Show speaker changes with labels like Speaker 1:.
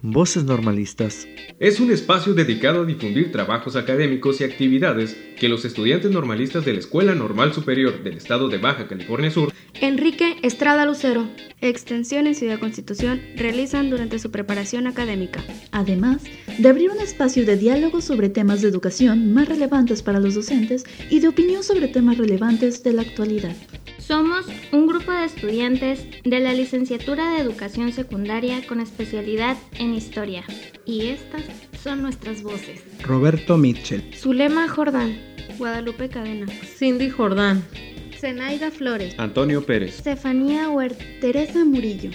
Speaker 1: Voces Normalistas
Speaker 2: es un espacio dedicado a difundir trabajos académicos y actividades que los estudiantes normalistas de la Escuela Normal Superior del Estado de Baja California Sur,
Speaker 3: Enrique Estrada Lucero, Extensión en Ciudad Constitución, realizan durante su preparación académica.
Speaker 4: Además, de abrir un espacio de diálogo sobre temas de educación más relevantes para los docentes y de opinión sobre temas relevantes de la actualidad.
Speaker 5: Somos un grupo de estudiantes de la licenciatura de educación secundaria con especialidad en historia. Y estas son nuestras voces.
Speaker 6: Roberto Mitchell.
Speaker 7: Zulema Jordán.
Speaker 8: Guadalupe Cadena.
Speaker 9: Cindy Jordán.
Speaker 10: Zenaida Flores.
Speaker 2: Antonio Pérez.
Speaker 11: Estefanía Huerta.
Speaker 12: Teresa Murillo.